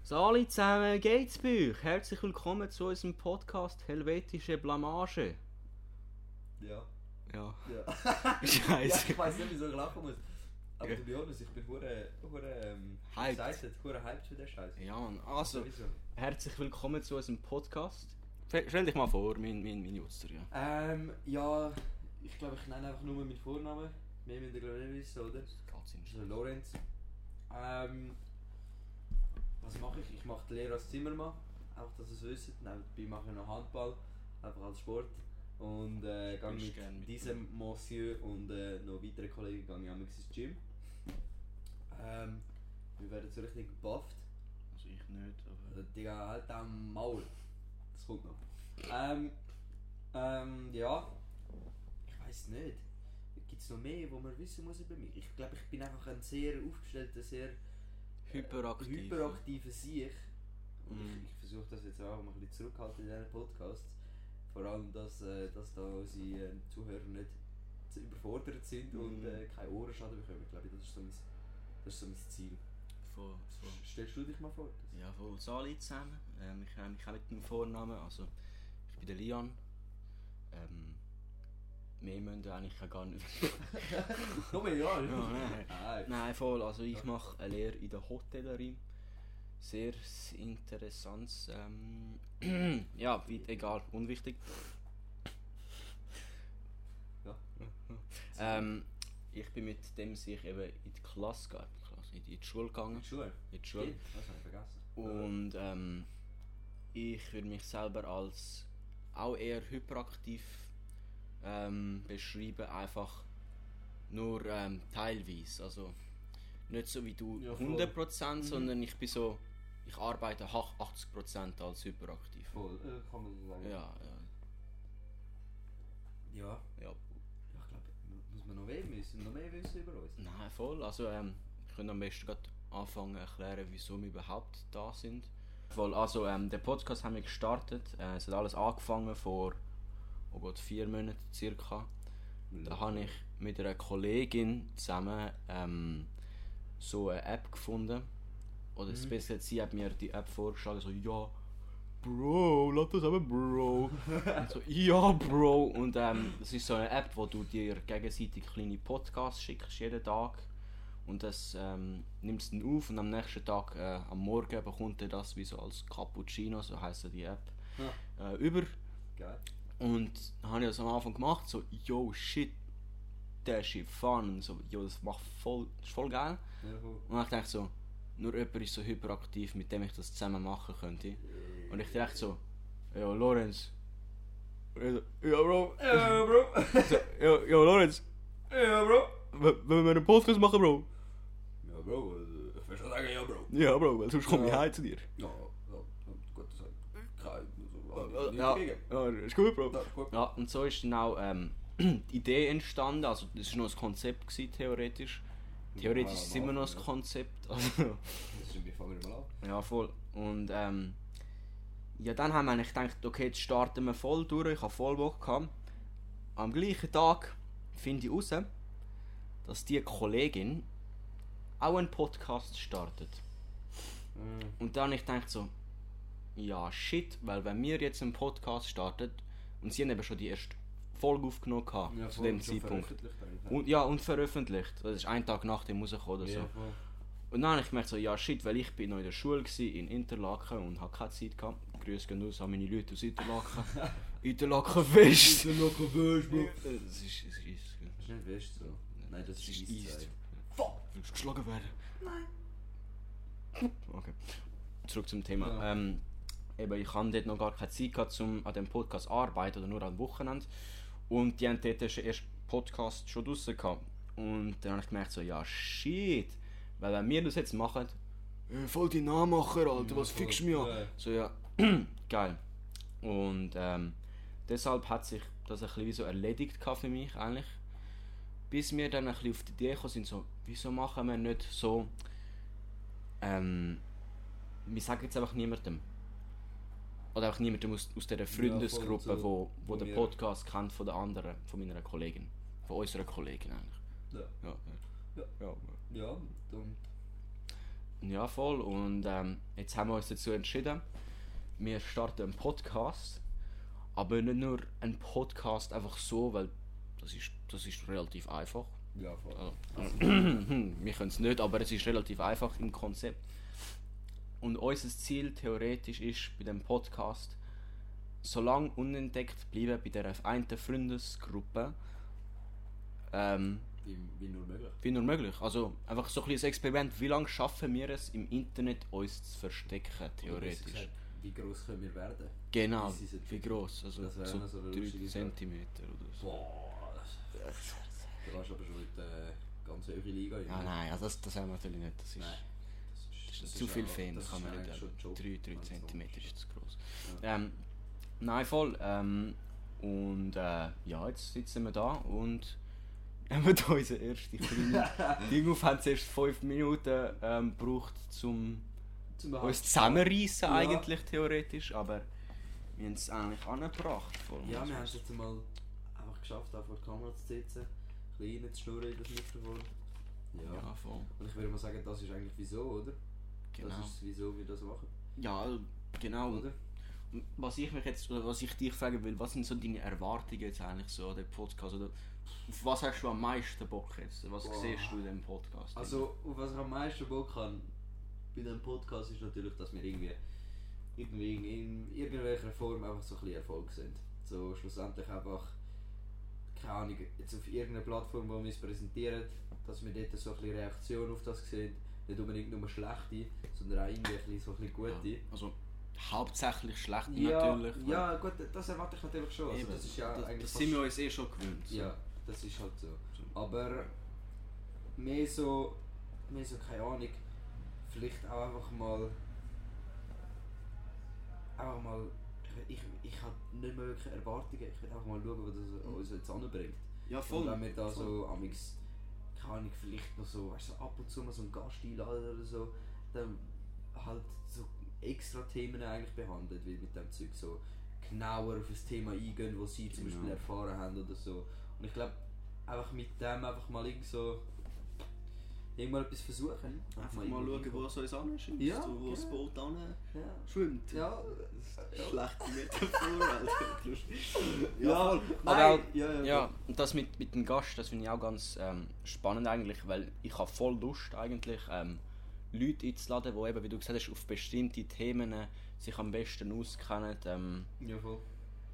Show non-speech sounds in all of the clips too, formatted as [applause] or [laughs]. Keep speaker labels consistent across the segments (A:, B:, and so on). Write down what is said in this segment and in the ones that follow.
A: Sali zusammen, geht's bei euch? Herzlich willkommen zu unserem Podcast Helvetische Blamage.
B: Ja.
A: Ja,
B: [laughs] Ja.
A: [laughs]
B: ja,
A: scheiße.
B: ich weiß nicht, wieso ich lachen muss. Aber
A: Ja.
B: to be honest, ich bin hure, hure ähm,
A: Hyped.
B: excited, hure hyped für den Scheiß.
A: Ja, Mann, also,
B: Sowieso.
A: herzlich willkommen zu unserem Podcast. Fe- Stell dich mal vor, mein, mein, mein Jutzer, ja.
B: Ähm, ja, ich glaube, ich nenne einfach nur meinen Vornamen. Mehr müssen wir glaube ich nicht wissen, oder?
A: Geht's ihm
B: Ich
A: schon.
B: bin Also, Lorenz. Ähm, was mache ich? Ich mache die Lehre als Zimmermann. Einfach, dass ihr es wisst. Nebenbei mache ich noch Handball. Einfach als Sport. Und äh, gehe
A: Bist gern
B: mit,
A: mit
B: diesem Monsieur und äh, noch weiteren Kollegen gehe ich auch ins Gym. Ähm, wir werden so richtig gebufft.
A: Also ich nicht, aber...
B: Also, Digga, halt am Maul. Das kommt noch. Ähm, ähm, ja. Ich weiß nicht. Gibt es noch mehr, wo man wissen muss über mich? Ich glaube, ich bin einfach ein sehr aufgestellter, sehr
A: Hyperaktiv.
B: hyperaktiver Sieg. Und
A: Mhm.
B: ich, ich versuche das jetzt auch mal ein bisschen zurückhalten in diesen Podcasts. Vor allem, dass, äh, dass da unsere äh, Zuhörer nicht zu überfordert sind und
A: Mhm.
B: äh, keine Ohrenschaden bekommen. Ich glaube, das ist so mein, das ist so mein Ziel.
A: Voll, voll.
B: Stellst du dich mal vor?
A: Ja, von Sali zusammen. Ähm, ich kenne mich auch mit dem Vornamen. Also, ich bin der Lian. Ähm, mehr müssen wir eigentlich auch gar nicht. [laughs]
B: Komm her, ja!
A: Ja, nein.
B: Nein.
A: Nein, voll. Also, ich mache eine Lehre in der Hotellerie. Sehr s- interessantes. Ähm, [clears throat] ja, weit, egal, unwichtig.
B: Ja. Um,
A: Ähm, ich bin mit dem sich eben in die Klasse, gegangen- Klasse in die in die Schule gegangen.
B: Schuhe.
A: In die Schule.
B: Schuhe. Was habe ich vergessen?
A: Und ähm, ich würde mich selber als auch eher hyperaktiv ähm, beschreiben, einfach nur ähm, teilweise. Also nicht so wie du
B: Ja, voll. Mhm.
A: 100%, sondern ich bin so, ich arbeite hach- 80% als hyperaktiv.
B: Voll, äh, kann man so sagen.
A: Ja, ja,
B: Ja,
A: ja.
B: Ja, ich glaube, muss man noch mehr wissen, noch mehr wissen über uns.
A: Nein, voll. Also, ähm, wir können am besten grad anfangen erklären, wieso wir überhaupt da sind. Voll, also, ähm, den Podcast haben wir gestartet. Äh, es hat alles angefangen vor, oh Gott, vier Monaten circa.
B: Mm.
A: Da habe ich mit einer Kollegin zusammen ähm, so eine App gefunden. Oder mhm. besser, gesagt, sie hat mir die App vorgeschlagen, so, ja, Bro, lass das aber, Bro. Und so, ja, Bro. Und ähm, das ist so eine App, wo du dir gegenseitig kleine Podcasts schickst, jeden Tag. Und das ähm, nimmst du dann auf und am nächsten Tag, äh, am Morgen, bekommt er das wie so als Cappuccino, so heisst ja die App,
B: Ja.
A: äh, über.
B: Geil.
A: Und dann habe ich das am Anfang gemacht, so, yo, shit, der shit fun. Und so, yo, das macht voll, das ist voll geil.
B: Ja, voll.
A: Und dann dachte ich so, nur jemand ist so hyperaktiv, mit dem ich das zusammen machen könnte. Und ich dachte so, yo, Lorenz. Und er so, Ja, Bro.
B: Ja, Bro!
A: So, Yo, yo, Lorenz,
B: [laughs] Ja, Bro!
A: w- wenn wir einen Podcast machen, Bro.
B: Ja, Bro, äh, ich will schon sagen, ja, Bro.
A: Ja, Bro, weil sonst komme ich
B: Ja.
A: heim zu dir.
B: Ja, ja, gut, das hat kein, so,
A: Ja,
B: also,
A: ja,
B: nicht gegen.
A: ja, ist gut, Bro.
B: Ja, gut.
A: Ja, und so ist dann auch ähm, [clears throat] die Idee entstanden. Also, das war noch ein Konzept, gewesen, theoretisch. Theoretisch ist es immer noch ein Konzept. [laughs] Also,
B: Das ist, wir fangen mal an.
A: ja, voll. Und ähm, ja, dann haben wir eigentlich gedacht, okay, jetzt starten wir voll durch. Ich habe voll Bock gehabt. Am gleichen Tag finde ich raus, dass die Kollegin auch einen Podcast startet.
B: Mhm.
A: Und dann ich denke so, ja shit, weil wenn wir jetzt einen Podcast starten und sie haben eben schon die erste Folge aufgenommen gehabt,
B: Ja,
A: zu
B: voll,
A: dem
B: schon
A: Zeitpunkt.
B: veröffentlicht eigentlich.
A: Und, ja, und veröffentlicht. Das ist einen Tag nach dem rausgekommen oder so.
B: Ja, voll.
A: Und dann habe ich gemerkt, so, ja shit, weil ich bin noch in der Schule gsi in Interlaken und habe keine Zeit gehabt. Grüße gehen raus an meine Leute aus [laughs] Interlaken. Interlaken West!
B: bin noch gewöhnt,
A: Das ist, das ist,
B: Das ist nicht West, so. Nein, das
A: das
B: ist
A: ist
B: East.
A: East.
B: Fuck!
A: Willst du geschlagen werden? Nein. Okay. Zurück zum Thema.
B: Ja.
A: Ähm, eben, ich hatte dort noch gar keine Zeit, gehabt, um an dem Podcast zu arbeiten oder nur am Wochenende. Und die haben dort schon erst Podcast schon draussen gehabt. Und dann habe ich gemerkt, so, ja, shit. Weil wenn wir das jetzt machen, äh, voll die Nachmacher, Alter, was
B: voll.
A: fickst du mich an?
B: Ja.
A: So, ja, [clears throat] geil. Und ähm, deshalb hat sich das ein bisschen wie so erledigt gehabt für mich eigentlich. Bis wir dann ein bisschen auf die Idee gekommen sind, so, wieso machen wir nicht so, ähm, wir sagen jetzt einfach niemandem. Oder auch niemandem aus, aus dieser Freundesgruppe,
B: voll, so,
A: wo, wo
B: wo
A: den
B: wir-
A: Podcast kennt von der anderen, von meiner Kollegin. Von unserer Kollegin eigentlich.
B: Ja.
A: Ja.
B: Ja.
A: ja.
B: Ja, und
A: Ja, voll. Und ähm, jetzt haben wir uns dazu entschieden, wir starten einen Podcast. Aber nicht nur einen Podcast einfach so, weil das ist, das ist relativ einfach. [clears throat]
B: Ja, voll.
A: Also, wir können es nicht, aber es ist relativ einfach im Konzept. Und unser Ziel theoretisch ist bei dem Podcast, so lange unentdeckt bleiben bei der einen Freundesgruppe. Ähm,
B: Wie, wie nur möglich.
A: wie nur möglich. Also einfach so ein kleines Experiment, wie lange schaffen wir es im Internet uns zu verstecken,
B: Oder besser
A: theoretisch.
B: gesagt, halt, Wie groß können wir werden?
A: Genau,
B: Bis sie sind-
A: wie groß? Also
B: Das wäre
A: so
B: noch so eine
A: 3
B: lustige Frage.
A: cm oder so.
B: Boah, das- halt da warst du aber schon mit der ganzen höhere Liga.
A: Ja, nein, also das, das haben wir natürlich nicht. Das ist,
B: Nein.
A: das ist zu viel Fame, das kann man nicht haben. 3, 3 cm ist zu groß. Ähm, nein, voll. Ähm, und äh, ja, jetzt sitzen wir da und [laughs] nehmen da unseren ersten
B: [laughs]
A: kleinen Ding auf. Haben zuerst 5 Minuten ähm, gebraucht, um
B: Zum halt-
A: uns zusammenreißen
B: Ja.
A: eigentlich theoretisch, aber wir haben es eigentlich angebracht. voll, muss
B: Ja,
A: man
B: wir haben es
A: sagen.
B: jetzt mal einfach geschafft, da vor die Kamera zu sitzen, ein bisschen reinzuschnurren in das Mikrofon. Ja.
A: ja, voll.
B: Und ich würde mal sagen, das ist eigentlich wieso, oder? Das
A: Genau.
B: ist wieso wir das machen,
A: Ja, also, genau.
B: oder?
A: Und Was ich mich jetzt, oder was ich dich fragen will, was sind so deine Erwartungen jetzt eigentlich so an den Podcast? Oder auf was hast du am meisten Bock jetzt? Was
B: Boah.
A: siehst du in dem Podcast?
B: Also, auf was ich am meisten Bock habe bei diesem Podcast ist natürlich, dass wir irgendwie, irgendwie in, in irgendwelcher Form einfach so ein bisschen Erfolg sind. So schlussendlich einfach, keine Ahnung, jetzt auf irgendeiner Plattform, wo wir es präsentieren, dass wir dort so ein bisschen Reaktion auf das sehen. Nicht unbedingt nur schlechte, sondern auch irgendwie ein bisschen, so ein bisschen
A: Ja,
B: gute.
A: also hauptsächlich schlecht
B: Ja,
A: natürlich. weil-
B: ja, gut, das erwarte ich natürlich schon. Also,
A: eben,
B: das ist ja
A: das,
B: eigentlich
A: das
B: fast-
A: sind wir uns eh schon gewöhnt. so.
B: Ja, das ist halt so.
A: So.
B: Aber mehr so, mehr so keine Ahnung, vielleicht auch einfach mal, einfach mal, ich, ich, ich habe nicht mehr wirklich Erwartungen, ich will einfach mal schauen, was das uns jetzt anbringt.
A: Ja,
B: Und wenn wir da
A: voll.
B: so amix, keine Ahnung, vielleicht noch so, weißt du, so ab und zu mal so einen Gast einladen oder so, dann halt so extra Themen eigentlich behandelt, wie mit dem Zeug so genauer auf ein Thema eingehen, das sie zum
A: Genau.
B: Beispiel erfahren haben oder so. Und ich glaube, einfach mit dem einfach mal irgend so irgendwann etwas versuchen.
C: Einfach mal
B: irgendwo
C: schauen, wo es uns anschiebt,
B: Ja,
C: wo das
B: genau.
C: Boot hin
B: Ja.
C: schwimmt.
B: Ja.
C: Schlechte Metaphor, Alter.
B: Sånn, Ja,
A: Aber
B: nein,
A: auch-
B: ja, ja.
A: Ja, und das mit, mit dem Gast, das finde ich auch ganz ähm, spannend eigentlich, weil ich habe voll Lust eigentlich, ähm, Leute einzuladen, die eben, wie du gesagt hast, auf bestimmte Themen äh, sich am besten auskennen. Ähm,
B: Ja, voll.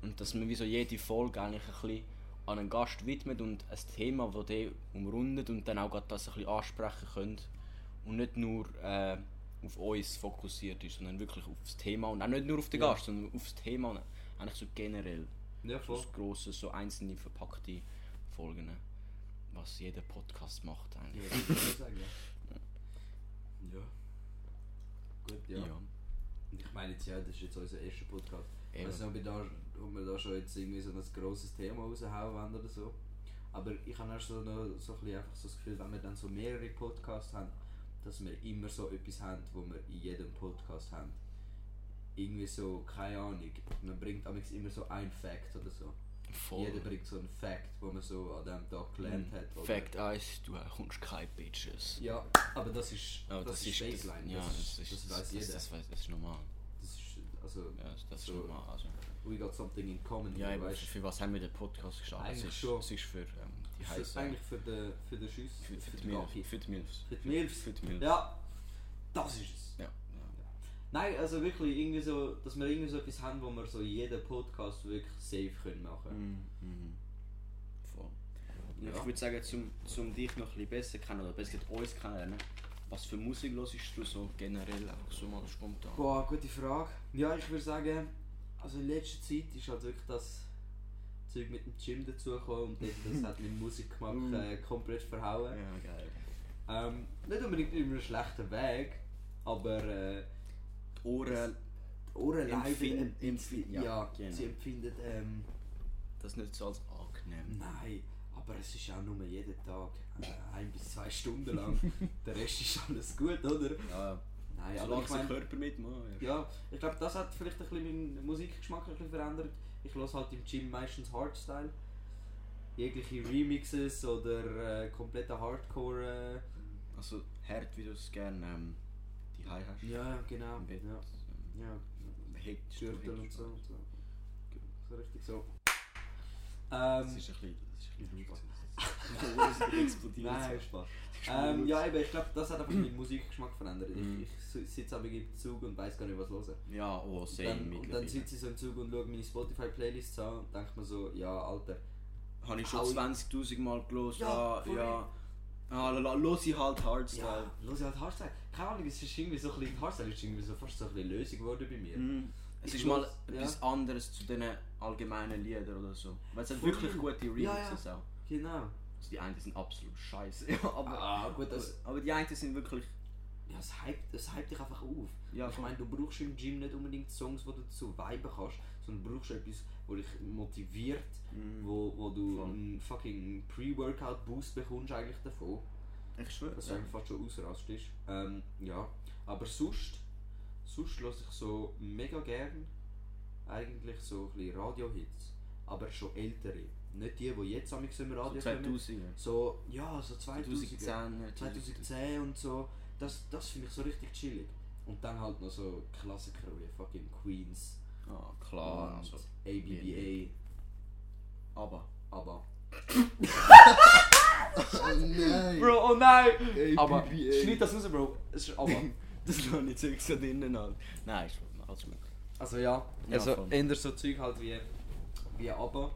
A: und dass man wie so jede Folge eigentlich ein bisschen an einen Gast widmet und ein Thema, das den umrundet und dann auch gerade das ein bisschen ansprechen könnt und nicht nur äh, auf uns fokussiert ist, sondern wirklich aufs Thema und auch nicht nur auf den
B: Ja.
A: Gast, sondern aufs Thema und eigentlich so generell
B: Ja,
A: so
B: voll.
A: ein grosses, so einzelne verpackte Folgen, was jeder Podcast macht
B: Ja,
A: eigentlich.
B: [laughs] das kann ich sagen, ja. Ja. Gut, ja. Und Ich meine jetzt ja, das ist jetzt unser erster Podcast. Ich
A: Eben.
B: weiß nicht, ob, ich da, ob wir da schon jetzt irgendwie so ein grosses Thema raushauen wollen oder so. Aber ich habe auch so, noch, so ein bisschen einfach so das Gefühl, wenn wir dann so mehrere Podcasts haben, dass wir immer so etwas haben, wo wir in jedem Podcast haben. Irgendwie so, keine Ahnung, man bringt amigs immer so ein Fact oder so. Jeder
A: Voll.
B: bringt so einen Fact, wo man so an dem Tag gelernt hat. oder-
A: Fact 1, du kommst keine Bitches.
B: Ja, aber das ist,
A: Aber
B: das ist Baseline.
A: ja,
B: das,
A: das, ist,
B: das
A: das,
B: weiß jeder.
A: das, das, weiß- das ist normal.
B: Das ist, also,
A: Ja, das, das
B: So.
A: ist normal. Also,
B: we got something in common.
A: ja,
B: hier,
A: eben,
B: weisst du.
A: für was haben wir den Podcast gestartet? Es
B: Eigentlich
A: ist,
B: schon.
A: es ist für ähm, die
B: Für-
A: heiße.
B: Eigentlich für den, für den Schuss.
A: für, für, die Milfs,
B: Gacki.
A: für die Milfs.
B: Für die Milfs.
A: Für die Milfs.
B: Ja, das ist es.
A: Ja.
B: Nein, also wirklich, irgendwie so, dass wir irgendwie so etwas haben, wo wir so jeden Podcast wirklich safe können machen
A: Mhm. Mhm. Voll. Und
B: Ja.
A: Ich würde sagen, zum, zum dich noch ein bisschen besser kennen oder besser gesagt uns kennenlernen, was für Musik hörst du so generell einfach so mal spontan?
B: Boah, gute Frage. Ja, ich würde sagen, also in letzter Zeit ist halt wirklich das Zeug mit dem Gym dazugekommen und dort, das hat meinen
A: Mhm.
B: Musikgeschmack äh, komplett verhauen.
A: Ja, geil.
B: Ähm, nicht unbedingt über einen schlechten Weg, aber äh,
A: Die Ohren,
B: die Ohren
A: Empfinden-
B: leiden. äh,
A: empfinden- ja,
B: ja,
A: genau.
B: sie empfinden. Ähm,
A: das nicht so als angenehm.
B: nein, aber es ist auch nur jeden Tag äh, ein bis zwei
A: [laughs]
B: Stunden lang. Der Rest ist alles gut, oder?
A: Ja,
B: Nein, aber
A: solange
B: ich
A: es der
B: meine,
A: Körper mitmacht.
B: ja, ich glaube, das hat vielleicht ein bisschen meinen Musikgeschmack ein bisschen verändert. Ich höre halt im Gym meistens Hardstyle. Jegliche Remixes oder äh, komplette Hardcore. Äh,
A: Also hart, wie du es gerne ähm, Hai hast.
B: Ja, genau.
A: Mit,
B: Ja,
A: ähm,
B: ja.
A: Hitsch, du
B: Gürtel und
A: Hitsch.
B: so. Und so. so richtig so.
A: Genau, Das
B: Ähm,
A: ist ein bisschen, das ist ein bisschen laut. [laughs]
C: explodiert.
B: nein, Spaß. Ähm, ja, eben, ich glaube, das hat einfach meinen Musikgeschmack verändert.
A: Mhm.
B: Ich, ich sitze aber im Zug und weiß gar nicht, was hören.
A: Ja, oh,
B: Und
A: same
B: dann, und dann
A: mittlerweile.
B: sitze ich so im Zug und schaue meine Spotify-Playlists an und denke mir so, ja, Alter.
A: Habe ich schon
B: Au.
A: 20'000 Mal gelesen.
B: Ja,
A: Ja,
B: voll.
A: ja. Ah, la, la, los ich halt Hardstyle.
B: Ja, los halt Hardstyle. Keine Ahnung, es ist irgendwie so ein bisschen, Hardstyle ist irgendwie so fast so ein bisschen Lösung geworden bei mir.
A: Mhm. Es
B: Ich
A: ist mal
B: los-
A: etwas anderes zu diesen allgemeinen Liedern oder so. Weil es hat
B: Voll.
A: wirklich gute
B: Ja,
A: Remixes auch.
B: Genau.
A: Also die einen sind absolut scheiße. [laughs] Ja, aber,
B: Ah, gut, das,
A: aber die einen sind wirklich.
B: ja, es hypt, es hypt dich einfach auf.
A: Ja,
B: ich
A: voll.
B: meine, du brauchst im Gym nicht unbedingt Songs, die du zu viben kannst, sondern du brauchst etwas, wo dich motiviert, wo, wo du
A: Mhm. Voll.
B: einen fucking Pre-Workout-Boost bekommst eigentlich davon.
A: Ich schwöre.
B: dass du eigentlich fast schon ausrastest. Ähm, ja. Aber sonst, sonst höre ich so mega gern eigentlich so ein bisschen Radiohits. Aber schon ältere. Nicht die, die jetzt am im Radio
A: so
B: kommen.
A: 2000.
B: So, ja, so 2000,
A: 2010.
B: 2010 und so. Das, das finde ich so richtig chillig. Und dann halt noch so Klassiker wie fucking Queens
A: Ah, klar.
B: und
A: Also.
B: ABBA,
A: Aber.
B: aber
C: nein.
A: Bro, oh nein!
C: Ey,
A: Aber
C: BBA.
A: schneid das raus, Bro. Es ist aber. das ist noch nicht so so drinnen halt. Nein, ist alles gut.
B: [laughs] Also ja,
A: Ja,
B: also
A: voll.
B: eher so Zeug halt wie, wie aber.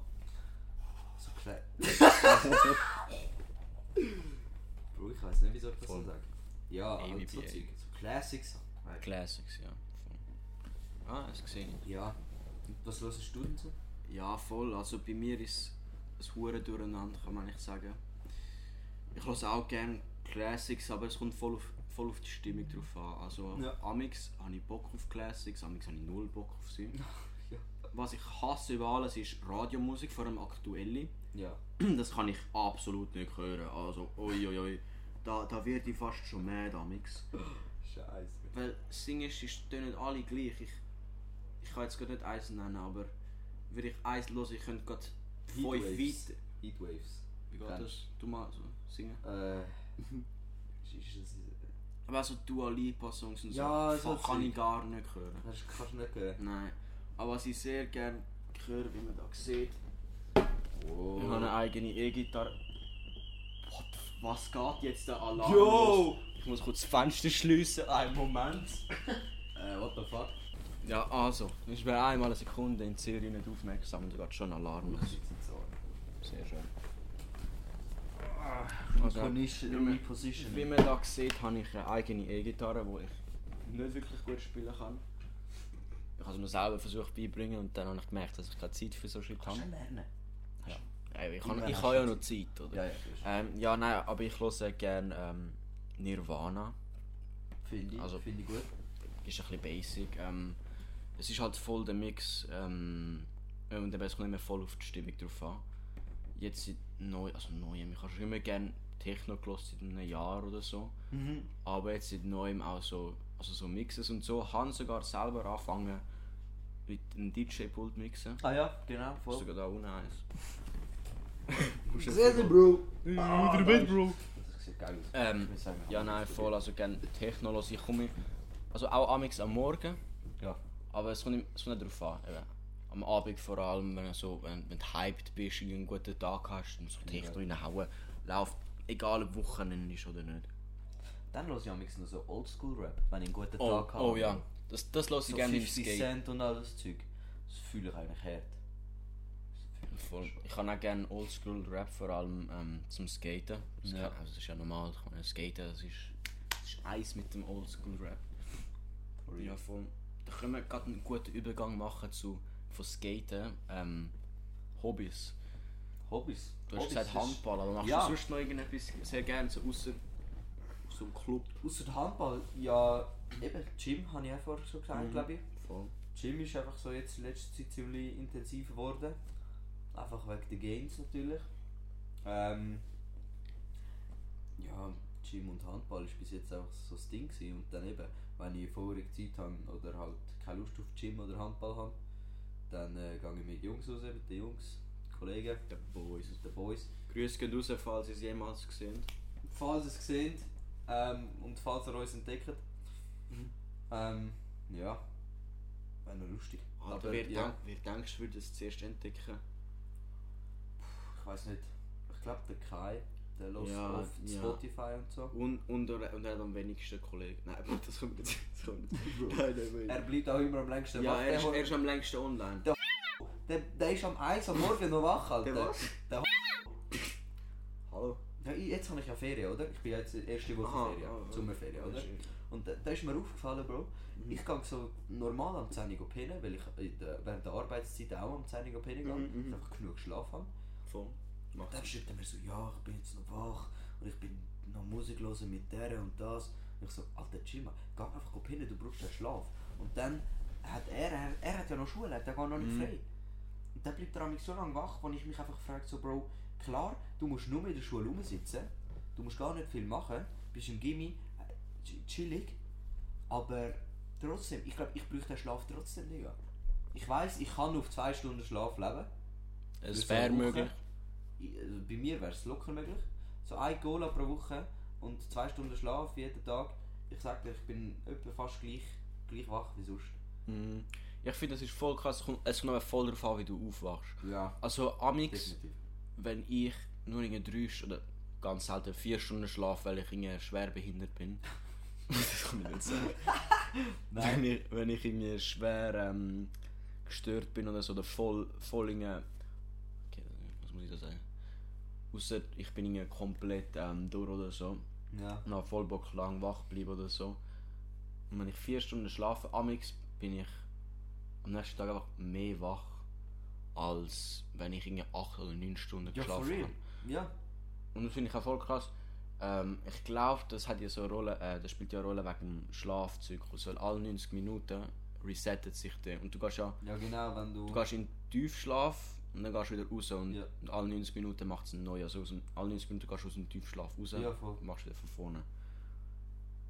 B: So
A: [laughs]
B: klein. Bro, ich weiß nicht, wieso ich das so
A: Voll.
B: sage. Ja,
A: ABBA.
B: halt so Zeug. So Classics. halt.
A: Classics, ja. voll. Ah, hast du gesehen?
B: Ja. Was hörst du denn so?
A: Ja, voll. Also bei mir ist es hure durcheinander, kann man nicht sagen. Ich höre auch gerne Classics, aber es kommt voll auf, voll auf die Stimmung drauf an. Also
B: Ja.
A: Amix habe ich Bock auf Classics, Amix habe ich null Bock auf sie.
B: [laughs] Ja.
A: Was ich hasse über alles ist Radiomusik, vor allem aktuelle. [clears throat]
B: Ja.
A: Das kann ich absolut nicht hören. Also, oi, oi, oi. Da, da werde ich fast schon mad, Amix.
B: Scheiße.
A: Weil Singers ist- tönen alle gleich. Ich, ich kann jetzt gerade nicht eins nennen, aber würde ich eins hören, ich könnte gerade fünf
B: Heatwaves.
A: weit.
B: Heatwaves.
A: Wie geht
B: Kennst.
A: das? Du mal so singen.
B: Äh. [laughs] ist das,
A: Aber auch so Dua Lipa Songs und so,
B: Ja, so
A: Fuck, kann
B: Zeug.
A: ich gar nicht hören.
B: hast du kannst du nicht hören?
A: Nein. Aber was ich sehr gerne höre, wie man da sieht,
B: Oh.
A: ich habe eine eigene E-Gitarre. What the f- Was geht jetzt der Alarm?
B: Yo!
A: los? Ich muss kurz das Fenster schliessen, einen
B: [laughs]
A: Moment.
B: Äh, what the fuck?
A: Ja, also, ich bin einmal eine Sekunde in Zürich nicht aufmerksam und da geht schon Alarm los. Sehr schön. Also,
B: Condition, Reposition.
A: Wie man da sieht, habe ich eine eigene E-Gitarre, die ich nicht wirklich gut spielen kann. Ich habe es mir selber versucht beibringen und dann habe ich gemerkt, dass ich keine Zeit für so Shit habe.
B: lernen.
A: Ey, Ich habe
B: Irgendwann
A: ich
B: hast
A: habe
B: du
A: ja noch Zeit, oder?
B: Ja, ja.
A: Ähm, ja, nein, aber ich höre gerne ähm, Nirvana.
B: Finde ich,
A: Also-
B: finde ich gut.
A: Ist ein bisschen basic. Ähm, es ist halt voll der Mix ähm, und eben, es kommt immer voll auf die Stimmung drauf an. Jetzt seit neu, also neuem, ich habe schon immer gerne Techno gehört seit einem Jahr oder so.
B: Mhm.
A: Aber jetzt seit neuem auch so, also so Mixes und so. Ich habe sogar selber angefangen mit einem DJ-Pult mixen.
B: Ah ja, genau,
A: Ist
B: voll.
A: sogar da unten eins.
B: Sehr, Bro. Ah,
A: Wieder Bett, Bro!
B: Das sieht geil aus.
A: Ähm,
B: Ich sagen,
A: ja, nein, voll. Also gerne Techno höre ich. Komme, also auch amigs am Morgen.
B: Ja.
A: Aber es kommt, im- es kommt nicht darauf an. Eben. Am Abend vor allem, wenn du, so, wenn, wenn du hyped bist, irgendwie einen guten Tag hast und so Techno reinhauen, läuft egal ob Wochenende ist oder nicht.
B: Dann höre ich am liebsten noch so Oldschool-Rap, wenn ich einen guten
A: Oh,
B: Tag habe.
A: oh ja, das, das höre ich
B: So
A: gerne im
B: 50
A: Skate.
B: Cent und all das Zeug. Das fühle ich eigentlich hart.
A: Voll. Ich kann auch gerne Oldschool-Rap, vor allem ähm, zum Skaten. Das,
B: Ja.
A: kann, also das ist ja normal, ich meine, Skaten das ist, das ist eins mit dem Oldschool-Rap. Ja, voll. Da können wir gerade einen guten Übergang machen zu von Skaten, ähm, Hobbys.
B: Hobbys.
A: Du hast
B: Hobbys,
A: gesagt
B: das ist-
A: Handball, aber machst
B: Ja.
A: du sonst noch irgendetwas sehr gerne, so außer so einem Club?
B: Ausser Handball, ja, eben, Gym habe ich auch vorher schon gesagt,
A: Mhm.
B: glaube ich.
A: Voll.
B: Gym ist einfach so jetzt in letzter Zeit ziemlich intensiv geworden. Einfach wegen den Games natürlich. Ähm, ja, Gym und Handball ist bis jetzt einfach so das Ding gewesen. Und dann eben, wenn ich vorige Zeit habe oder halt keine Lust auf Gym oder Handball habe, dann äh, gehe ich mit Jungs raus, mit den Jungs, Kollegen,
A: The Boys.
B: mit den Boys.
A: Grüße gehen raus, falls ihr es jemals gesehen
B: Falls ihr es seht ähm, und falls ihr uns entdeckt,
A: Mhm.
B: Ähm, ja. Wäre noch lustig.
A: Aber,
B: Aber
A: wer,
B: ja.
A: denk, wer denkst du, würde es zuerst entdecken?
B: Ich weiß nicht. Ich glaube der Kai, der lässt
A: Ja,
B: oft
A: ja.
B: Spotify und so.
A: Und, und, er, und er hat am wenigsten Kollegen. Nein, [laughs] Mann, das kommt nicht. Das kommt nicht. nein, nein,
B: Er
A: nein.
B: bleibt auch immer am längsten
A: Ja,
B: wach.
A: er ist,
B: der,
A: er ist am längsten online.
B: der, der ist am 1 am Morgen noch wach, Alter.
A: Der was?
B: Der
A: Hallo?
B: ja, ich- jetzt habe ich ja Ferien, oder? Ich bin ja jetzt erste Woche
A: Aha,
B: Ferien,
A: ah,
B: Sommerferien, oder? Und da, da ist mir aufgefallen, Bro,
A: Mhm.
B: ich gehe so normal am 10 Uhr pennen, weil ich in der, während der Arbeitszeit auch am 10 Uhr pennen gehe,
A: Mhm,
B: weil ich
A: mhm.
B: einfach genug Schlaf habe.
A: Voll. Macht
B: Dann schreibt er mir so, ja, ich bin jetzt noch wach und ich bin noch Musik hören mit der und das. Und ich so, alter Chima, geh einfach hin, du brauchst den Schlaf. Und dann hat er, er, er hat ja noch Schule, der geht noch nicht
A: Mhm.
B: frei. Und dann bleibt er mich so lange wach, wo ich mich einfach frage, so Bro, klar, du musst nur in der Schule rumsitzen, du musst gar nicht viel machen, bist im Gimmi, äh, ch- chillig, aber trotzdem, ich glaube, ich bräuchte den Schlaf trotzdem, Digga. Ich weiß, ich kann auf zwei Stunden Schlaf leben,
A: Es
B: Mit so einer
A: wäre
B: Woche.
A: möglich.
B: Ich- also bei mir wäre es locker möglich. So ein Cola pro Woche und zwei Stunden Schlaf jeden Tag. Ich sag dir, ich bin etwa fast gleich, gleich wach wie sonst.
A: Mhm. Ich finde, das ist voll krass. Es kommt, es kommt auch voll darauf an, wie du aufwachst.
B: Ja,
A: Also, Amix,
B: definitiv.
A: wenn ich nur in drei Sch- oder ganz selten vier Stunden schlafe, weil ich irgendwie schwer behindert [laughs] bin. das kann ich nicht [laughs] sagen. Wenn ich, wenn ich irgendwie schwer ähm, gestört bin oder so, oder voll, voll in okay, was muss ich da sagen? Außer ich bin irgendwie komplett ähm, durch oder so,
B: Ja.
A: und hab voll Bock lang wach bleiben oder so. Und wenn ich vier Stunden schlafe, amix bin ich am nächsten Tag einfach mehr wach, als wenn ich irgendwie acht oder neun Stunden
B: Ja, for
A: geschlafen
B: real.
A: habe.
B: Ja.
A: Und das finde ich auch voll krass. Ähm, ich glaube, das hat ja so eine Rolle, äh, das spielt ja eine Rolle wegen dem Schlafzyklus, weil alle 90 Minuten resettet sich der. Und du gehst ja
B: ja, genau, wenn du.
A: du gehst in den Tiefschlaf und dann gehst du wieder raus und,
B: Ja.
A: und alle 90 Minuten macht es neu. Also aus dem, alle 90 Minuten gehst du aus dem Tiefschlaf raus
B: Ja, voll.
A: und machst wieder von vorne.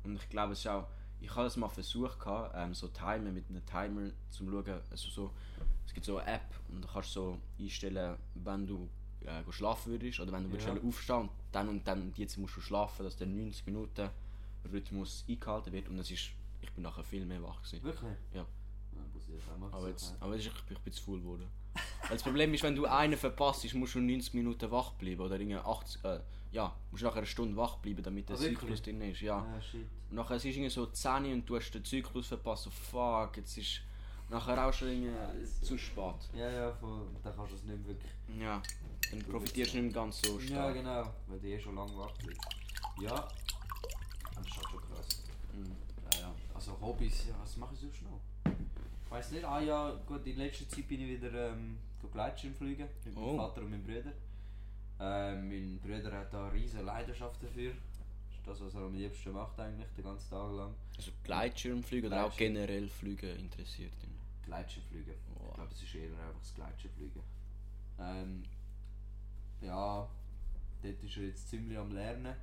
A: Und ich glaube, es ist auch, ich habe das mal versucht, gehabt, ähm, so Timer mit einem Timer zum schauen, also so, es gibt so eine App und da kannst du so einstellen, wenn du äh, go schlafen würdest oder wenn du würdest
B: Ja.
A: schnell aufstehen und dann und dann und jetzt musst du schlafen, dass der 90 Minuten Rhythmus eingehalten wird und es ist, ich bin nachher viel mehr wach gewesen.
B: Wirklich?
A: Ja.
B: muss ich jetzt auch mal
A: Aber jetzt,
B: versuchen.
A: aber jetzt, ich, ich bin zu faul geworden. Weil Das Problem ist, wenn du einen verpasst, ist, musst du 90 Minuten wach bleiben oder irgendwie 80, äh, ja, musst nachher eine Stunde wach bleiben, damit der
B: Ah, wirklich?
A: Zyklus drin ist, ja.
B: Ah, shit.
A: Und nachher es ist irgendwie so 10 Uhr und du hast den Zyklus verpasst, so fuck, jetzt ist nachher auch schon irgendwie zu spät.
B: Ja, ja, voll. Dann kannst du es nicht mehr wirklich.
A: Ja, dann profitierst du nicht mehr ganz so
B: Ja,
A: stark.
B: genau. Weil du eh schon lange wach bist. Ja. Das ist halt schon krass.
A: Mhm.
B: Ja, ja. Also Hobbys, ja, was mache ich sonst noch? Ich weiß nicht, ah ja, gut, in letzter Zeit bin ich wieder ähm, go Gleitschirm fliegen mit
A: Oh.
B: meinem Vater und meinem Bruder. Ähm, mein Bruder hat da eine riesige Leidenschaft dafür. Das ist das, was er am liebsten macht eigentlich, den ganzen Tag lang.
A: Also Gleitschirmflüge oder auch
B: Gleitschirm.
A: generell Flüge interessiert ihn.
B: Gleitschirm fliegen. Ich
A: Wow.
B: glaube, es ist eher einfach das Gleitschirm fliegen. Ähm, ja, dort ist er jetzt ziemlich am Lernen.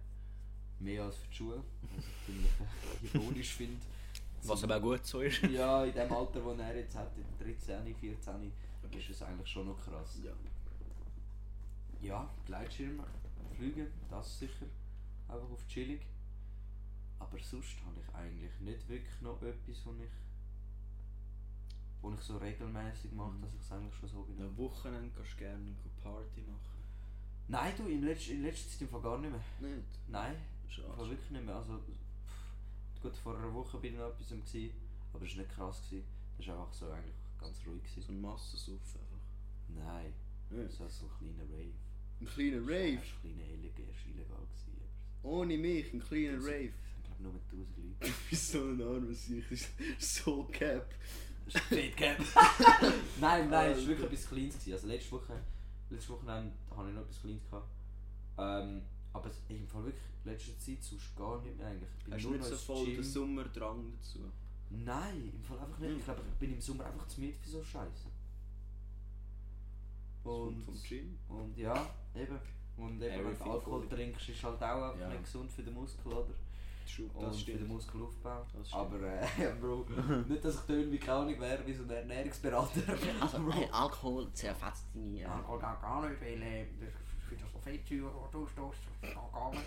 B: Mehr als für die Schule. Was ich ziemlich [laughs] ironisch finde.
A: Was aber auch gut so ist.
B: Ja, in dem Alter, wo er jetzt hat, in 13, 14, ist es eigentlich schon noch krass.
A: Ja.
B: Ja, Gleitschirme, Flüge, das sicher. Einfach auf chillig. Aber sonst habe ich eigentlich nicht wirklich noch etwas, wo ich, wo ich so regelmäßig mache,
A: Mhm.
B: dass ich es eigentlich schon so bin.
A: Wochenende kannst du gerne Party machen.
B: Nein, du, in, letz in letzter Zeit im Fall gar nicht mehr.
A: Nicht?
B: Nein, im Fall
A: Schade.
B: wirklich nicht mehr. Also, pff, gut, vor einer Woche bin ich noch etwas, am gsi, aber es war nicht krass. gsi. Das war einfach so eigentlich ganz ruhig. gsi.
A: So ein Massensuff einfach.
B: Nein. Das war so ein kleiner Rave.
A: Ein kleiner
B: Das war ein kleiner illegal, ist illegal gewesen.
A: Ohne mich, ein kleiner
B: aber
A: [laughs]
B: Es glaube
A: Du bist so
B: nur 1000 Leute.
A: ein armer Sieg, das ist so cap.
B: Straight Cap!
A: [laughs]
B: nein, nein, es war wirklich
A: Alter.
B: etwas Kleines. Gewesen. Also letzte Woche, letzte Woche hatte ich noch etwas Kleines. Gehabt. Ähm, aber es, im Fall wirklich, letzte Zeit sonst gar nicht mehr eigentlich. Ich bin
A: Hast du
B: nur
A: nicht
B: noch
A: so
B: ins
A: voll
B: Gym.
A: den Sommerdrang dazu?
B: Nein, im Fall
A: Hm.
B: einfach nicht. Ich glaube, ich bin im Sommer einfach zu müde für so Scheiße. sånn.
A: Und vom Gym?
B: Und ja, eben. Und eben, wenn du
A: Everything
B: Alkohol
A: fully.
B: trinkst, ist halt auch einfach
A: Ja.
B: nicht gesund für den Muskel, oder?
A: Und
B: und für den
A: Musik.
B: Muskelaufbau.
A: Das stimmt.
B: Aber äh, [laughs] Bro, nicht, dass ich töne wie keine wäre wie so ein [laughs] Ernährungsberater.
A: hey, Also, Alkohol zerfetzt deine
B: Ja, ich gehe gar nicht, weil äh, das ist wieder so Fettsäure, die du ausstoßt. Ich gehe gar nicht.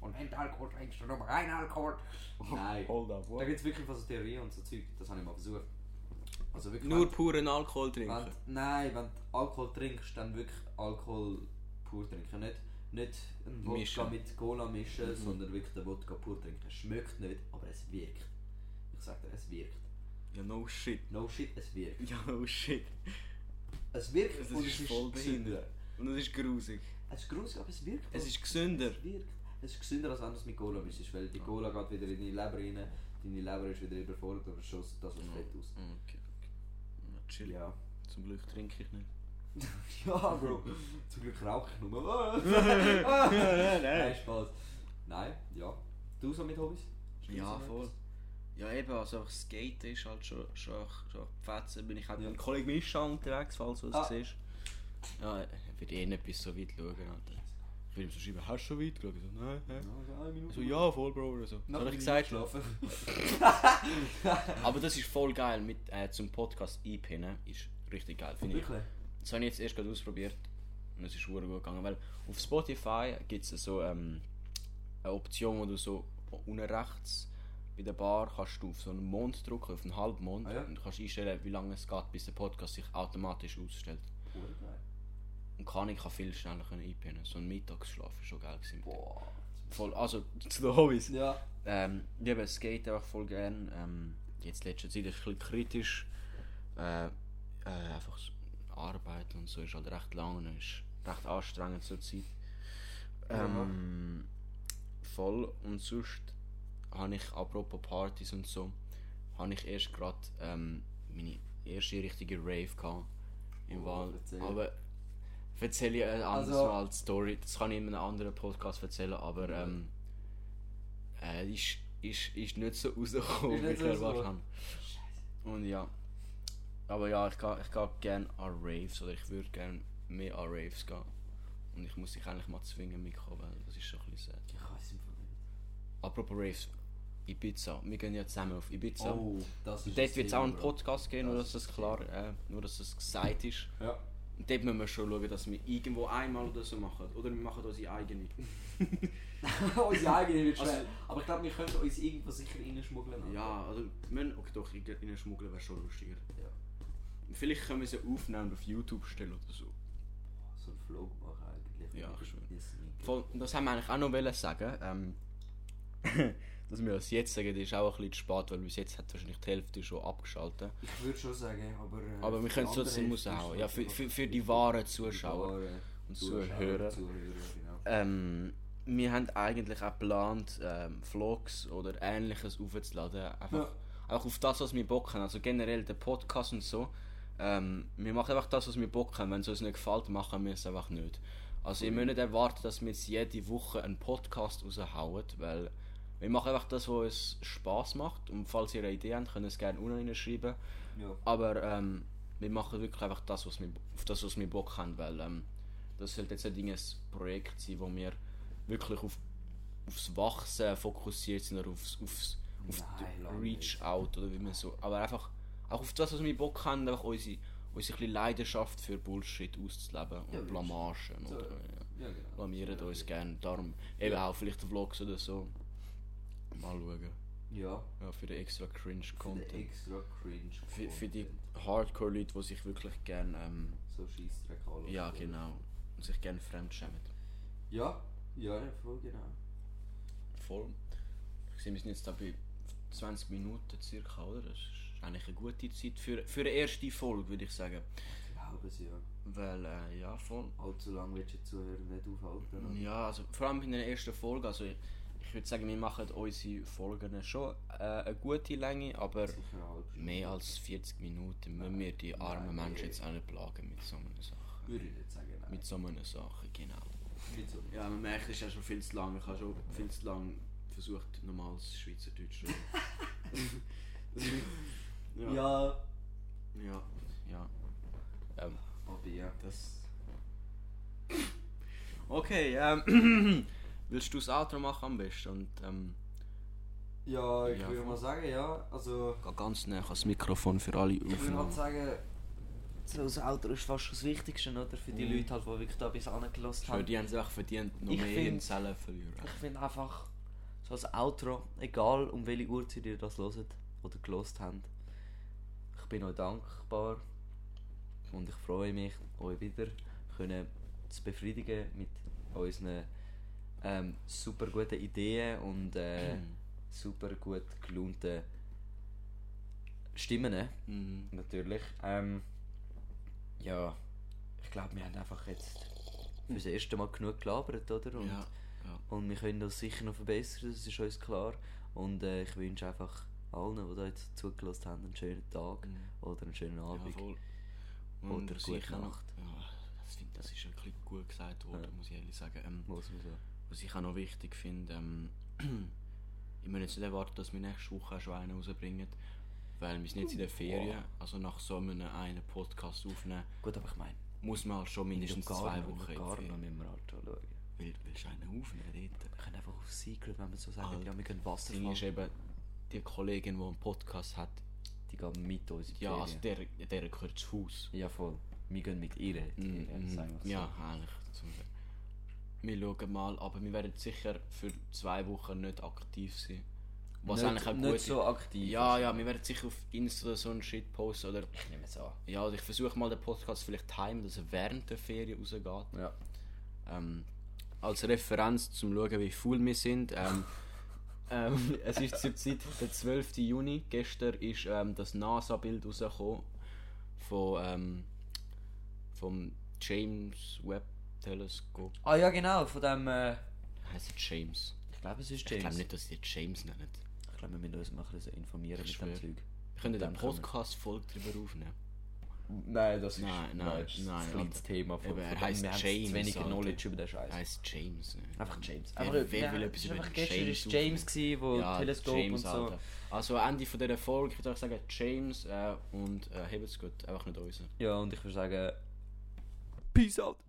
B: Und wenn du Alkohol trinkst, dann nur rein Alkohol. Oh. Nein.
A: Hold up,
B: Da gibt es wirklich von so Theorien und so Zeug. Das habe ich mal versucht. Also wirklich,
A: Nur puren Alkohol
B: wenn, wenn,
A: trinken.
B: Nein, wenn du Alkohol trinkst, dann wirklich Alkohol pur trinken. Nicht, nicht einen Wodka
A: Mischen. Mhm.
B: mit Cola mischen, sondern wirklich den Wodka pur trinken. Schmeckt nicht, aber es wirkt. Ich sage dir, es wirkt.
A: Ja, no shit.
B: No shit, es wirkt.
A: [laughs] Ja, no shit.
B: Es wirkt
A: Das
B: und
A: ist
B: es ist
A: voll
B: gesünder.
A: Und das ist grusig.
B: Es ist grusig, aber es wirkt.
A: Es ist gesünder.
B: Es wirkt. Es ist gesünder, als wenn du es mit Cola mischst, weil die Cola geht wieder in deine Leber rein, deine Leber ist wieder überfordert und schosst das aus dem Fett aus.
A: Okay, okay. Ja, chill.
B: Ja.
A: Zum Glück trinke ich nicht.
B: [laughs] Ja, Bro. Zum Glück rauche ich nur.
A: [laughs]
B: Nein, Spaß. Nein, ja. Du so mit Hobbys? Spielst
A: Ja,
B: du noch
A: voll.
B: etwas?
A: Ja, eben, also einfach Skaten ist halt schon, schon, schon fetzen. Bin ich auch
B: Ja.
A: mit Kollegen Mischa unterwegs, falls du das
B: Ah.
A: siehst. Ja, er wird eh nicht bis so weit schauen. Alter. Ich würde ihm so schreiben, hast du schon weit geschaut? Ich so, nein, hä?
B: Ja, also eine
A: Er
B: Minute.
A: so, Also, ja, voll, Bro. Oder so. Das
B: Nach
A: habe ich
B: dem
A: gesagt.
B: Schlafen.
A: [laughs] Aber das ist voll geil, mit, äh, zum Podcast einpinnen ist richtig geil, finde ich.
B: Wirklich?
A: Das habe ich jetzt erst gerade ausprobiert und es ist super gut gegangen, weil auf Spotify gibt es so ähm, eine Option, wo du so von unten rechts bei der Bar kannst du auf so einen Mond drücken, auf einen Halbmond
B: Ah ja?
A: und du kannst einstellen, wie lange es geht, bis der Podcast sich automatisch ausstellt.
B: Cool, geil.
A: Und kann ich kann viel schneller können einpinnen. So ein Mittagsschlaf ist schon geil gewesen.
B: Boah.
A: Voll, also zu den Hobbys.
B: Ja.
A: Ähm, ich eben Skate einfach voll gern. Ähm, jetzt letzte Zeit ist es ein bisschen kritisch. Äh, äh, einfach s- Arbeit und so ist halt recht lang und ist recht anstrengend zur Zeit. Ähm, voll und sonst habe ich apropos Partys und so, habe ich erst gerade ähm, meine erste richtige Rave gehabt im
B: Oh,
A: Wald.
B: erzähl.
A: Aber erzähle ich äh, ein anderes
B: Also-
A: Mal die Story. Das kann ich in einem anderen Podcast erzählen, aber ähm, äh, ist, ist, ist nicht so rausgekommen,
B: Ist
A: wie
B: nicht
A: ich
B: so
A: erwartet habe.
B: rausgekommen.
A: Und ja. Aber ja, ich gehe ich geh gerne an Raves oder ich würde gerne mehr an Raves gehen. Und ich muss dich eigentlich mal zwingen mitkommen, weil das ist schon ein bisschen sad.
B: Ich weiß es einfach nicht.
A: Apropos Raves, Ibiza. Wir gehen ja zusammen auf Ibiza.
B: Oh, das ist
A: Dort
B: ein
A: wird es auch einen
B: Thema, Bro.
A: Podcast geben, nur
B: Das
A: dass das klar, äh, nur dass das gesagt ist.
B: Ja. [laughs]
A: Und dort müssen wir schon schauen, dass wir irgendwo einmal oder so machen. Oder wir machen unsere eigene.
B: unsere eigene wird schwer.
A: Also-
B: aber ich glaube, wir können uns irgendwo sicher reinschmuggeln.
A: Ja, also wir müssen, okay, doch, in in den Schmuggeln wäre schon lustiger.
B: Ja.
A: Vielleicht können wir sie aufnehmen und auf YouTube stellen oder so.
B: So einen Vlog machen eigentlich.
A: Ja, ich schwöre.
B: Das nicht.
A: Voll, und das haben wir eigentlich auch noch wollen sagen. Ähm, [laughs] dass wir das jetzt sagen, das ist auch ein bisschen zu spät, weil bis jetzt hat wahrscheinlich die Hälfte schon abgeschaltet.
B: Ich würde schon sagen, aber. äh,
A: Aber wir
B: für
A: können es
B: andere
A: trotzdem
B: ist es
A: raushauen. Ja, für,
B: einfach-
A: für, für die wahren Zuschauer
B: Zuhörer,
A: und Zuhörer.
B: Zuhörer, genau.
A: Ähm, wir haben eigentlich auch geplant, ähm, Vlogs oder ähnliches aufzuladen. Einfach,
B: Ja.
A: einfach auf das, was wir Bock haben. Also generell den Podcast und so. Ähm, wir machen einfach das, was wir Bock haben. Wenn es uns nicht gefällt, machen wir es einfach nicht. Also ihr müsst nicht erwarten, dass wir jetzt jede Woche einen Podcast raushauen, weil wir machen einfach das, was uns Spaß macht. Und falls ihr eine Idee habt, könnt ihr es gerne unten reinschreiben.
B: Ja.
A: Aber ähm, wir machen wirklich einfach das, was wir, auf das, was wir Bock haben, weil ähm, das sollte jetzt nicht ein Projekt sein, wo wir wirklich auf, aufs Wachsen fokussiert sind oder aufs, aufs auf
B: Nein,
A: die
B: lange
A: Reach Out oder wie man so. Aber einfach auch auf das, was wir Bock haben, einfach unsere, unsere kleine Leidenschaft für Bullshit auszuleben und
B: Ja, wirklich.
A: Blamagen.
B: So,
A: Oder, ja.
B: Ja, genau.
A: Blamieren uns gerne. Darum eben auch vielleicht Vlogs oder so. Mal schauen.
B: Ja,
A: Ja, für den extra
B: für den
A: Cringe-Content.
B: extra cringe.
A: Für, für die
B: Content.
A: Hardcore-Leute, die sich wirklich gerne. Ähm,
B: So Scheissdreck alles.
A: ja, genau. Und sich gerne fremdschämen.
B: Ja, ja, ja, voll genau.
A: Voll. Ich sehe, wir sind jetzt da bei 20 Minuten circa, oder? Das ist eigentlich eine gute Zeit für, für eine erste Folge, würde ich sagen.
B: Ich glaube es ja.
A: Weil, äh, ja, voll.
B: Allzu lange willst du die Zuhörer nicht aufhalten. oder?
A: Ja, also vor allem in der ersten Folge. Also, ich, ich würde sagen, wir machen unsere Folgen schon äh, eine gute Länge, aber
B: Sicher eine halbe Stunde.
A: mehr als 40 Minuten müssen wir die armen
B: Nein,
A: Menschen
B: nee.
A: jetzt auch nicht plagen mit so einer Sache.
B: Würde ich nicht sagen, nein.
A: Mit so einer Sache, genau.
B: Mit so.
A: Ja, man merkt, es ist ja schon viel zu lang. Ich habe schon viel zu lang versucht, normales Schweizerdeutsch zu reden.
B: Ja.
A: ja. Ja. Ja. Ähm,
B: Aber ja.
A: das. Okay, ähm. [clears throat] Willst du das Outro machen am besten? Und ähm.
B: Ja, ich
A: Ja,
B: würde
A: voll.
B: mal sagen, ja. Also,
A: Geh ganz näher ans Mikrofon für alle
B: ich würde halt
A: Aufnahmen.
B: sagen, So, das Outro ist fast schon das Wichtigste, oder? Für die
A: Mhm.
B: Leute, halt, die wirklich da bis angelassen
A: Für
B: haben.
A: die haben es auch verdient, noch
B: Ich
A: mehr
B: find-
A: in Zellen verlieren.
B: Ich finde einfach, so als Outro, egal um welche Uhrzeit ihr das hört oder gelost habt, ich bin euch dankbar und ich freue mich, euch wieder können zu befriedigen mit unseren ähm, super guten Ideen und
A: [clears throat]
B: äh,
A: Mhm.
B: super gut gelaunten Stimmen. ne,
A: Mhm.
B: Natürlich. Ähm, ja, ich glaube, wir haben einfach jetzt für das erste Mal genug gelabert, oder? Und
A: Ja, ja.
B: und wir können das sicher noch verbessern, das ist uns klar. Und äh, ich wünsche einfach allen, die da jetzt zugelassen haben, einen schönen Tag
A: Mhm.
B: oder einen schönen Abend.
A: Jawohl.
B: Oder gute
A: sicher noch-
B: Nacht.
A: Ja, das, find, das ist ein bisschen gut gesagt worden,
B: Ja.
A: muss ich ehrlich sagen. Ähm,
B: Muss man so.
A: was ich auch noch wichtig finde, ähm, [clears throat] ich muss jetzt nicht erwarten, dass wir nächste Woche auch schon einen rausbringen, weil wir sind jetzt in
B: Oh.
A: der Ferien, also nach so einem einen Podcast aufnehmen,
B: Gut, aber ich meine,
A: muss man halt schon mindestens
B: noch gar
A: zwei
B: noch-
A: Wochen in die
B: Gar noch
A: Ferien.
B: müssen wir halt schon schauen.
A: Will, willst du einen aufnehmen dort?
B: Wir können einfach auf Secret, wenn wir so sagen,
A: Alter.
B: ja, wir gehen
A: Das Ding
B: Wasserfall.
A: ist eben, die Kollegin, die einen Podcast hat,
B: Die gehen mit uns in die
A: ja,
B: Ferien.
A: also der, der gehört zu Haus.
B: ja, voll. Wir gehen mit ihr. in die Ferien,
A: Mhm.
B: sagen wir so.
A: Ja, eigentlich. Zum wir schauen mal, aber wir werden sicher für zwei Wochen nicht aktiv sein. Was
B: nicht,
A: eigentlich auch gut
B: Nicht so aktiv.
A: ist. Ja, ja, wir werden sicher auf Insta oder so einen Shit posten. Oder,
B: Ich nehme es an.
A: ja, oder ich versuche mal den Podcast vielleicht timen, dass er während der Ferien rausgeht.
B: Ja.
A: Ähm, als Referenz, zum zu schauen, wie viel wir sind. Ähm, [laughs] ähm, es ist zurzeit der 12. Juni. Gestern ist ähm, das NASA-Bild rausgekommen von, ähm, vom James Webb Teleskop.
B: Ah ja, genau, von dem... Äh,
A: Heißt James?
B: ich glaube, es ist James.
A: Ich glaube nicht, dass sie James nennen.
B: Ich glaube, wir müssen uns mal ein bisschen informieren
A: Ich
B: mit
A: schwöre.
B: dem Zeug.
A: Wir können
B: Dann
A: eine
B: können wir-
A: Podcast-Folge darüber aufnehmen.
B: Nein, das ist,
A: Nein, nein,
B: das, ist
A: nein,
B: ein kleines
A: Alter.
B: Thema von,
A: Eben,
B: von
A: er
B: dem-
A: heisst
B: wir haben
A: James,
B: zu wenig
A: Alter.
B: Knowledge über den Scheiß.
A: Heißt James. Ne?
B: Einfach James.
A: Wer-
B: Einfach,
A: wer will
B: nein,
A: etwas
B: es ist
A: über
B: einfach
A: den
B: gestern
A: James
B: ist James gewesen, wo
A: Ja,
B: Teleskop
A: James,
B: und so.
A: Alter. Also Ende von dieser Folge würde ich sagen James äh, und äh, hebt's gut, einfach nicht uns.
B: Ja, und ich würde sagen, Peace out.